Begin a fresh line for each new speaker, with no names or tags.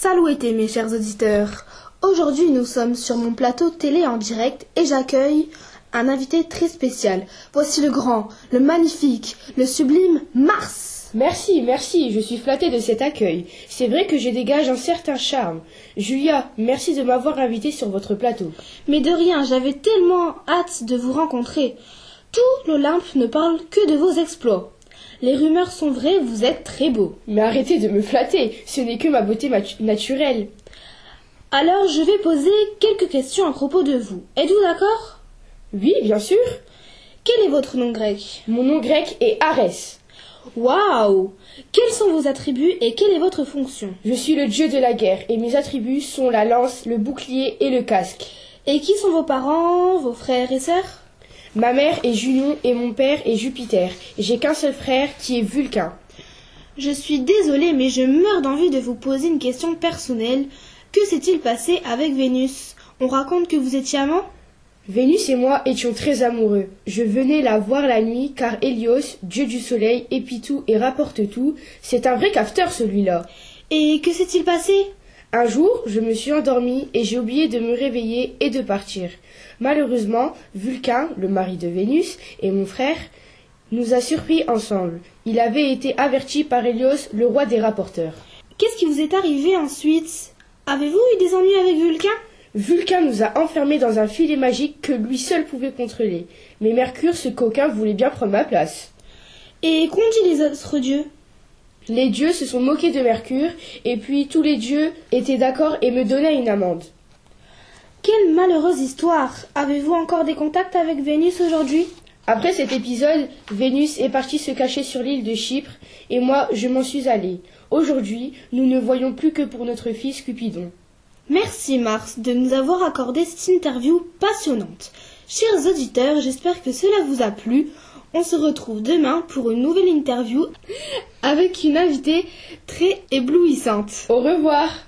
Salouettez mes chers auditeurs. Aujourd'hui, nous sommes sur mon plateau télé en direct et j'accueille un invité très spécial. Voici le grand, le magnifique, le sublime Mars.
Merci, merci, je suis flattée de cet accueil. C'est vrai que je dégage un certain charme. Julia, merci de m'avoir invitée sur votre plateau.
Mais de rien, j'avais tellement hâte de vous rencontrer. Tout l'Olympe ne parle que de vos exploits. Les rumeurs sont vraies, vous êtes très beau.
Mais arrêtez de me flatter, ce n'est que ma beauté matu- naturelle.
Alors, je vais poser quelques questions à propos de vous. Êtes-vous d'accord
Oui, bien sûr.
Quel est votre nom grec
Mon nom grec est Arès.
Waouh Quels sont vos attributs et quelle est votre fonction
Je suis le dieu de la guerre et mes attributs sont la lance, le bouclier et le casque.
Et qui sont vos parents, vos frères et sœurs
Ma mère est Junon et mon père est Jupiter. J'ai qu'un seul frère qui est Vulcain.
Je suis désolée, mais je meurs d'envie de vous poser une question personnelle. Que s'est-il passé avec Vénus On raconte que vous étiez amant
Vénus et moi étions très amoureux. Je venais la voir la nuit car Hélios, dieu du soleil, épie tout et rapporte tout. C'est un vrai cafeteur celui-là.
Et que s'est-il passé
Un jour, je me suis endormi et j'ai oublié de me réveiller et de partir. Malheureusement, Vulcain, le mari de Vénus, et mon frère nous a surpris ensemble. Il avait été averti par Hélios, le roi des rapporteurs.
Qu'est-ce qui vous est arrivé ensuite Avez-vous eu des ennuis avec Vulcain
Vulcain nous a enfermés dans un filet magique que lui seul pouvait contrôler. Mais Mercure, ce coquin, voulait bien prendre ma place.
Et qu'ont dit les autres dieux
Les dieux se sont moqués de Mercure, et puis tous les dieux étaient d'accord et me donnaient une amende.
Quelle malheureuse histoire Avez-vous encore des contacts avec Vénus aujourd'hui
Après cet épisode, Vénus est partie se cacher sur l'île de Chypre, et moi je m'en suis allée. Aujourd'hui, nous ne voyons plus que pour notre fils Cupidon.
Merci Mars de nous avoir accordé cette interview passionnante. Chers auditeurs, j'espère que cela vous a plu. On se retrouve demain pour une nouvelle interview avec une invitée très éblouissante.
Au revoir